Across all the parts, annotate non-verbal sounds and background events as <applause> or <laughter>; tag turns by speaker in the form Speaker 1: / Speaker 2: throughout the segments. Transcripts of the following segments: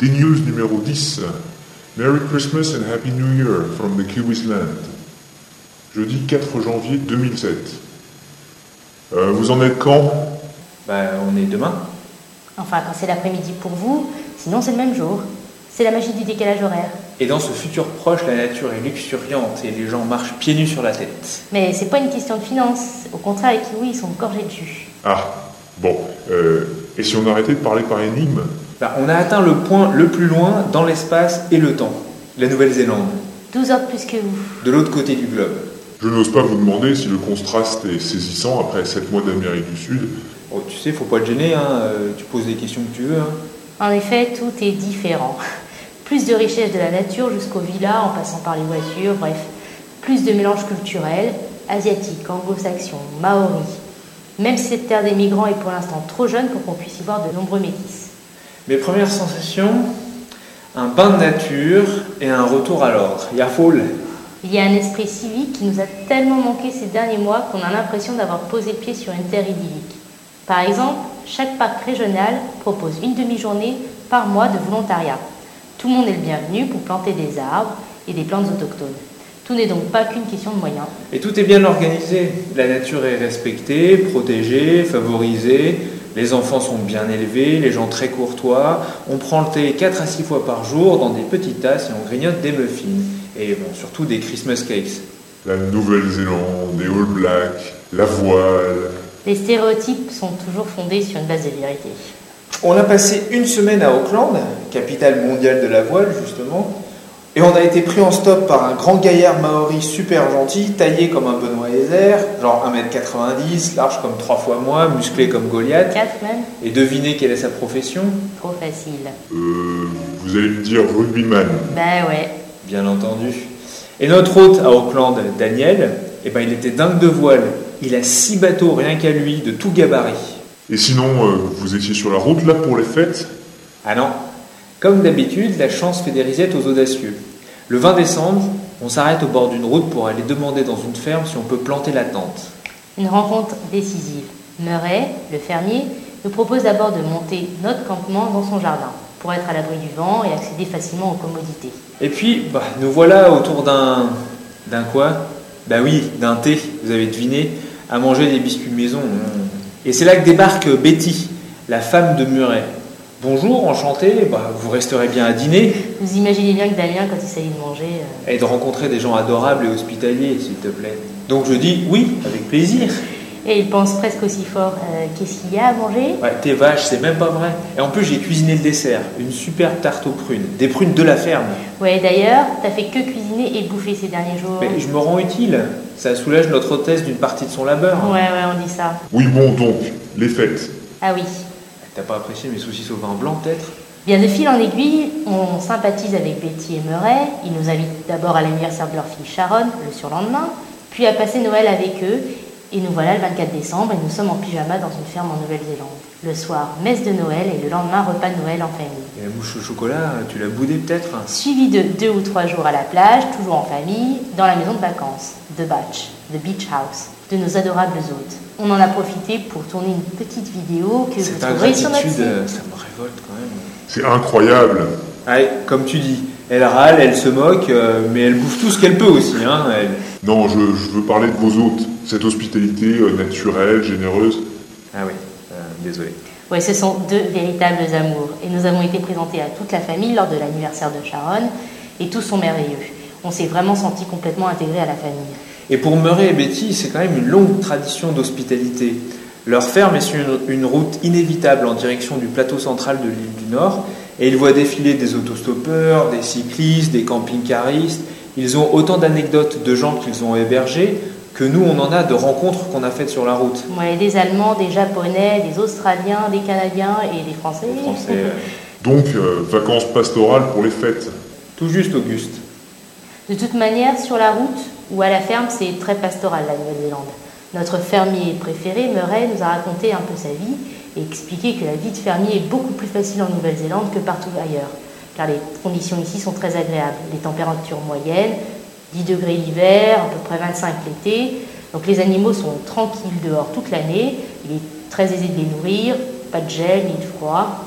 Speaker 1: Des news numéro 10. Merry Christmas and Happy New Year from the Kiwis Land. Jeudi 4 janvier 2007. Euh, vous en êtes quand
Speaker 2: Bah, on est demain.
Speaker 3: Enfin, quand c'est l'après-midi pour vous, sinon c'est le même jour. C'est la magie du décalage horaire.
Speaker 2: Et dans ce futur proche, la nature est luxuriante et les gens marchent pieds nus sur la tête.
Speaker 3: Mais c'est pas une question de finance. Au contraire, les kiwis, ils sont gorgés de jus.
Speaker 1: Ah, bon. euh, et si on arrêtait de parler par énigme
Speaker 2: Bah, on a atteint le point le plus loin dans l'espace et le temps. La Nouvelle-Zélande,
Speaker 3: 12 heures de plus que vous.
Speaker 2: de l'autre côté du globe.
Speaker 1: Je n'ose pas vous demander si le contraste est saisissant après 7 mois d'Amérique du Sud.
Speaker 2: Oh, tu sais, faut pas te gêner, hein, euh, tu poses les questions que tu veux. hein.
Speaker 3: En effet, tout est différent. <laughs> Plus de richesse de la nature jusqu'aux villas, en passant par les voitures, bref. Plus de mélange culturel, asiatique, anglo-saxon, maori. Même si cette terre des migrants est pour l'instant trop jeune pour qu'on puisse y voir de nombreux métis.
Speaker 2: Mes premières sensations, un bain de nature et un retour à l'ordre. Y'a foule.
Speaker 3: Il y a un esprit civique qui nous a tellement manqué ces derniers mois qu'on a l'impression d'avoir posé pied sur une terre idyllique. Par exemple, chaque parc régional propose une demi-journée par mois de volontariat. Tout le monde est le bienvenu pour planter des arbres et des plantes autochtones. Tout n'est donc pas qu'une question de moyens.
Speaker 2: Et tout est bien organisé. La nature est respectée, protégée, favorisée. Les enfants sont bien élevés, les gens très courtois. On prend le thé 4 à 6 fois par jour dans des petites tasses et on grignote des muffins. Et bon, surtout des Christmas cakes.
Speaker 1: La Nouvelle-Zélande, les All Blacks, la voile.
Speaker 3: Les stéréotypes sont toujours fondés sur une base de vérité.
Speaker 2: On a passé une semaine à Auckland, capitale mondiale de la voile justement, et on a été pris en stop par un grand gaillard maori super gentil, taillé comme un Benoît Hézère, genre 1m90, large comme trois fois moi, musclé comme Goliath,
Speaker 3: Quatre même
Speaker 2: et devinez quelle est sa profession
Speaker 3: Trop facile.
Speaker 1: Euh, vous allez me dire rugbyman.
Speaker 3: Bah ouais.
Speaker 2: Bien entendu. Et notre hôte à Auckland, Daniel, eh ben, il était dingue de voile. Il a six bateaux rien qu'à lui, de tout gabarit.
Speaker 1: Et sinon, euh, vous étiez sur la route là pour les fêtes
Speaker 2: Ah non. Comme d'habitude, la chance fait des risettes aux audacieux. Le 20 décembre, on s'arrête au bord d'une route pour aller demander dans une ferme si on peut planter la tente.
Speaker 3: Une rencontre décisive. Murray, le fermier, nous propose d'abord de monter notre campement dans son jardin pour être à l'abri du vent et accéder facilement aux commodités.
Speaker 2: Et puis, bah, nous voilà autour d'un... D'un quoi Bah oui, d'un thé, vous avez deviné, à manger des biscuits maison. Mm. Et c'est là que débarque Betty, la femme de Muret. Bonjour, enchantée, bah, vous resterez bien à dîner
Speaker 3: Vous imaginez bien que Damien, quand il s'agit de manger, euh,
Speaker 2: et de rencontrer des gens adorables et hospitaliers, s'il te plaît. Donc je dis oui, avec plaisir.
Speaker 3: et il pense presque aussi fort euh, qu'est-ce qu'il y a à manger
Speaker 2: Ouais, tes vaches, c'est même pas vrai. Et en plus, j'ai cuisiné le dessert, une superbe tarte aux prunes, des prunes de la ferme.
Speaker 3: Ouais, d'ailleurs, t'as fait que cuisiner et bouffer ces derniers jours.
Speaker 2: Mais je me rends utile. Ça soulage notre hôtesse d'une partie de son labeur.
Speaker 3: Ouais, ouais, on dit ça.
Speaker 1: Oui, bon, donc, les fêtes.
Speaker 3: Ah oui.
Speaker 2: T'as pas apprécié mes soucis au vin blanc, peut-être
Speaker 3: Bien de fil en aiguille, on sympathise avec Betty et Murray. Ils nous invitent d'abord à l'anniversaire de leur fille Sharon, le surlendemain, puis à passer Noël avec eux. Et nous voilà le 24 décembre et nous sommes en pyjama dans une ferme en Nouvelle-Zélande. Le soir, messe de Noël et le lendemain, repas de Noël en famille.
Speaker 2: Et la mouche au chocolat, tu l'as boudée, peut-être
Speaker 3: Suivi de deux ou trois jours à la plage, toujours en famille, dans la maison de vacances, The Batch, The Beach House, de nos adorables hôtes. On en a profité pour tourner une petite vidéo que vous
Speaker 2: Cette
Speaker 3: trouverez sur notre
Speaker 2: ingratitude,
Speaker 3: site.
Speaker 2: euh, ça me révolte quand même.
Speaker 1: C'est incroyable.
Speaker 2: Ouais, comme tu dis, elle râle, elle se moque, euh, mais elle bouffe tout ce qu'elle peut aussi, hein, elle.
Speaker 1: Non, je, je veux parler de vos hôtes. Cette hospitalité euh, naturelle, généreuse.
Speaker 2: Ah oui, euh, désolé.
Speaker 3: Ouais, ce sont deux véritables amours. Et nous avons été présentés à toute la famille lors de l'anniversaire de Sharon. Et tous sont merveilleux. On s'est vraiment senti complètement intégrés à la famille.
Speaker 2: Et pour Murray et Betty, c'est quand même une longue tradition d'hospitalité. Leur ferme est sur une, une route inévitable en direction du plateau central de l'île du Nord, et ils voient défiler des autostoppeurs, des cyclistes, des camping-caristes. Ils ont autant d'anecdotes de gens qu'ils ont hébergés que nous, on en a de rencontres qu'on a faites sur la route.
Speaker 3: Ouais, des Allemands, des Japonais, des Australiens, des Canadiens et des Français.
Speaker 2: Les Français, euh,
Speaker 1: Donc, euh, vacances pastorales pour les fêtes.
Speaker 2: tout juste Auguste.
Speaker 3: De toute manière, sur la route ou à la ferme, c'est très pastoral la Nouvelle-Zélande. Notre fermier préféré, Murray, nous a raconté un peu sa vie et expliqué que la vie de fermier est beaucoup plus facile en Nouvelle-Zélande que partout ailleurs, car les conditions ici sont très agréables. Les températures moyennes, 10 degrés l'hiver, à peu près 25 l'été. Donc les animaux sont tranquilles dehors toute l'année, il est très aisé de les nourrir, pas de gel ni de froid.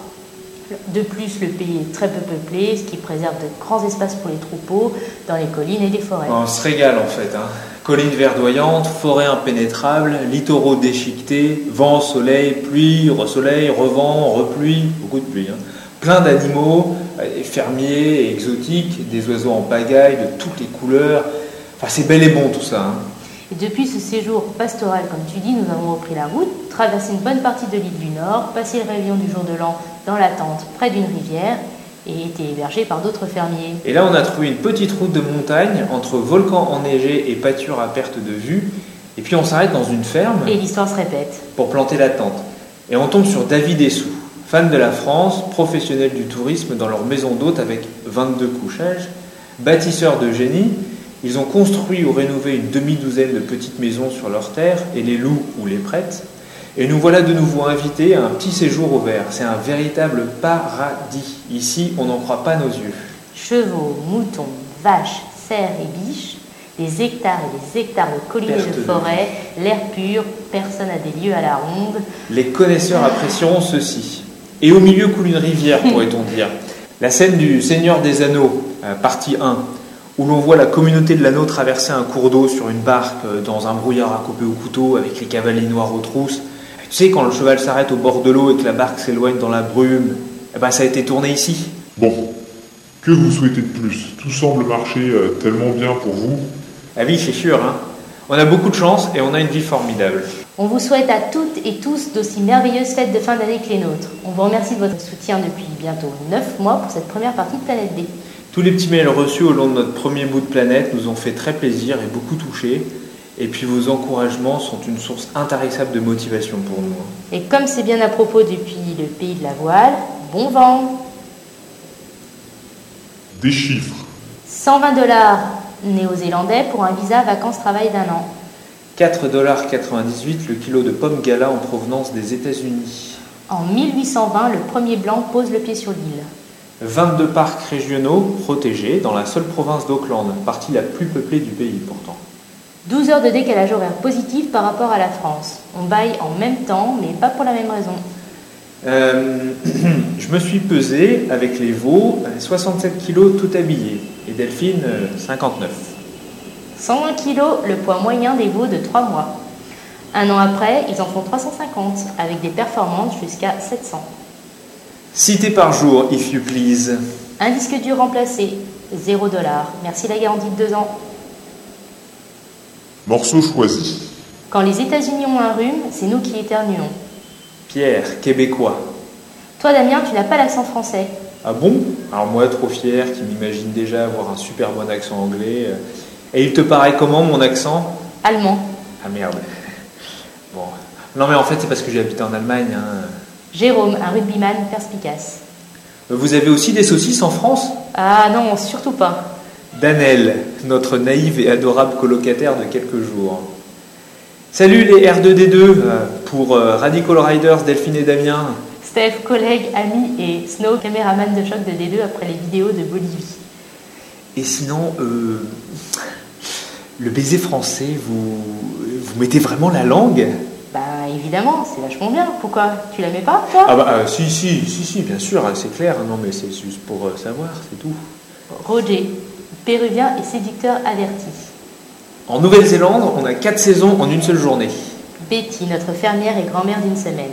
Speaker 3: De plus, le pays est très peu peuplé, ce qui préserve de grands espaces pour les troupeaux dans les collines et les forêts.
Speaker 2: On se régale en fait. Hein. Collines verdoyantes, forêts impénétrables, littoraux déchiquetés, vent, soleil, pluie, re-soleil, revent, repluie, beaucoup de pluie. hein. Plein d'animaux, euh, fermiers, et exotiques, des oiseaux en pagaille de toutes les couleurs. Enfin, c'est bel et bon tout ça. hein.
Speaker 3: Et depuis ce séjour pastoral, comme tu dis, nous avons repris la route, traversé une bonne partie de l'île du Nord, passé le réveillon du jour de l'an dans la tente près d'une rivière et été hébergé par d'autres fermiers.
Speaker 2: Et là, on a trouvé une petite route de montagne entre volcans enneigés et pâture à perte de vue. Et puis, on s'arrête dans une ferme
Speaker 3: Et l'histoire se répète.
Speaker 2: pour planter la tente. Et on tombe sur David Essou, fan de la France, professionnel du tourisme dans leur maison d'hôte avec 22 couchages, bâtisseur de génie. Ils ont construit ou rénové une demi-douzaine de petites maisons sur leur terre et les louent ou les prêtent. Et nous voilà de nouveau invités à un petit séjour au vert. C'est un véritable paradis. Ici, on n'en croit pas nos yeux.
Speaker 3: Chevaux, moutons, vaches, cerfs et biches, des hectares et des hectares de collines et
Speaker 2: Perte
Speaker 3: de
Speaker 2: de
Speaker 3: forêts, l'air pur, personne à des lieux à la ronde.
Speaker 2: Les connaisseurs apprécieront ceci. Et au milieu coule une rivière, pourrait-on dire. La scène du Seigneur des Anneaux, euh, partie 1, où l'on voit la communauté de l'anneau traverser un cours d'eau sur une barque euh, dans un brouillard à couper au couteau avec les cavaliers noirs aux trousses. Et tu sais, quand le cheval s'arrête au bord de l'eau et que la barque s'éloigne dans la brume, eh ben, ça a été tourné ici.
Speaker 1: Bon, que vous souhaitez de plus Tout semble marcher euh, tellement bien pour vous.
Speaker 2: La vie, c'est sûr, hein. On a beaucoup de chance et on a une vie formidable.
Speaker 3: On vous souhaite à toutes et tous d'aussi merveilleuses fêtes de fin d'année que les nôtres. On vous remercie de votre soutien depuis bientôt 9 mois pour cette première partie de Planète D.
Speaker 2: Tous les petits mails reçus au long de notre premier bout de planète nous ont fait très plaisir et beaucoup touchés. Et puis vos encouragements sont une source intarissable de motivation pour nous. hein.
Speaker 3: Et comme c'est bien à propos depuis le pays de la voile, bon vent
Speaker 1: Des chiffres.
Speaker 3: 120 dollars néo-zélandais pour un visa vacances-travail d'un an.
Speaker 2: 4,98$ le kilo de pommes gala en provenance des États-Unis.
Speaker 3: En 1820, le premier blanc pose le pied sur l'île.
Speaker 2: 22 parcs régionaux protégés dans la seule province d'Auckland, partie la plus peuplée du pays pourtant.
Speaker 3: 12 heures de décalage horaire positif par rapport à la France. On baille en même temps, mais pas pour la même raison.
Speaker 2: Euh, <clears throat> je me suis pesé avec les veaux, euh, 67 kg tout habillés, et Delphine, euh, 59.
Speaker 3: 120 kg, le poids moyen des veaux de 3 mois. Un an après, ils en font 350, avec des performances jusqu'à 700.
Speaker 2: Cité par jour, if you please.
Speaker 3: Un disque dur remplacé, 0 dollars. Merci la garantie de 2 ans.
Speaker 1: Morceau choisi.
Speaker 3: Quand les États-Unis ont un rhume, c'est nous qui éternuons.
Speaker 2: Pierre, québécois.
Speaker 3: Toi, Damien, tu n'as pas l'accent français.
Speaker 2: Ah bon Alors moi, trop fier, qui m'imagine déjà avoir un super bon accent anglais. euh, Et il te paraît comment mon accent
Speaker 3: Allemand.
Speaker 2: Ah merde. Bon. Non mais en fait, c'est parce que j'ai habité en Allemagne. hein.
Speaker 3: Jérôme, un rugbyman perspicace.
Speaker 2: Euh, Vous avez aussi des saucisses en France
Speaker 3: Ah non, surtout pas.
Speaker 2: Danel, notre naïve et adorable colocataire de quelques jours. Salut les R2D2 euh, pour euh, Radical Riders, Delphine et Damien.
Speaker 3: Steph, collègue, ami et Snow, caméraman de choc de D2 après les vidéos de Bolivie.
Speaker 2: Et sinon, euh, le baiser français, vous, vous mettez vraiment la langue
Speaker 3: Bah évidemment, c'est vachement bien. Pourquoi Tu la mets pas, toi
Speaker 2: Ah bah euh, si, si, si, si, bien sûr, hein, c'est clair. Non mais c'est juste pour euh, savoir, c'est tout.
Speaker 3: Roger, péruvien et séducteur averti.
Speaker 2: En Nouvelle-Zélande, on a quatre saisons en une seule journée.
Speaker 3: Betty, notre fermière et grand-mère d'une semaine.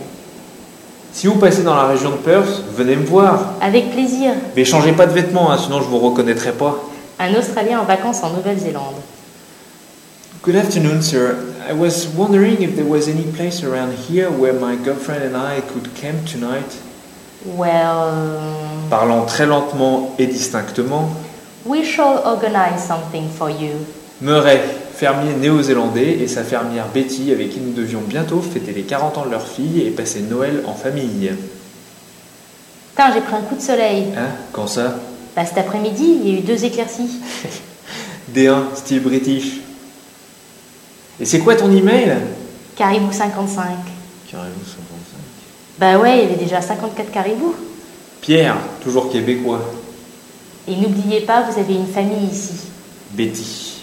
Speaker 2: Si vous passez dans la région de Perth, venez me voir.
Speaker 3: Avec plaisir,
Speaker 2: Mais changez pas de vêtements, hein, sinon je vous reconnaîtrai pas.
Speaker 3: un Australien en vacances en Nouvelle-Zélande.
Speaker 2: Good afternoon, sir. I was wondering if there was any place around here where my girlfriend and I could camp tonight.
Speaker 3: Well, uh,
Speaker 2: Parlant très lentement et distinctement,
Speaker 3: we shall organize something for you.
Speaker 2: Murray, fermier néo-zélandais, et sa fermière Betty, avec qui nous devions bientôt fêter les 40 ans de leur fille et passer Noël en famille.
Speaker 3: Putain, j'ai pris un coup de soleil.
Speaker 2: Hein Quand ça
Speaker 3: Bah cet après-midi, il y a eu deux éclaircies.
Speaker 2: D1, style british. Et c'est quoi ton email
Speaker 3: Caribou 55.
Speaker 2: Caribou 55.
Speaker 3: Bah ouais, il y avait déjà 54 caribous.
Speaker 2: Pierre, toujours québécois.
Speaker 3: Et n'oubliez pas, vous avez une famille ici.
Speaker 2: Betty.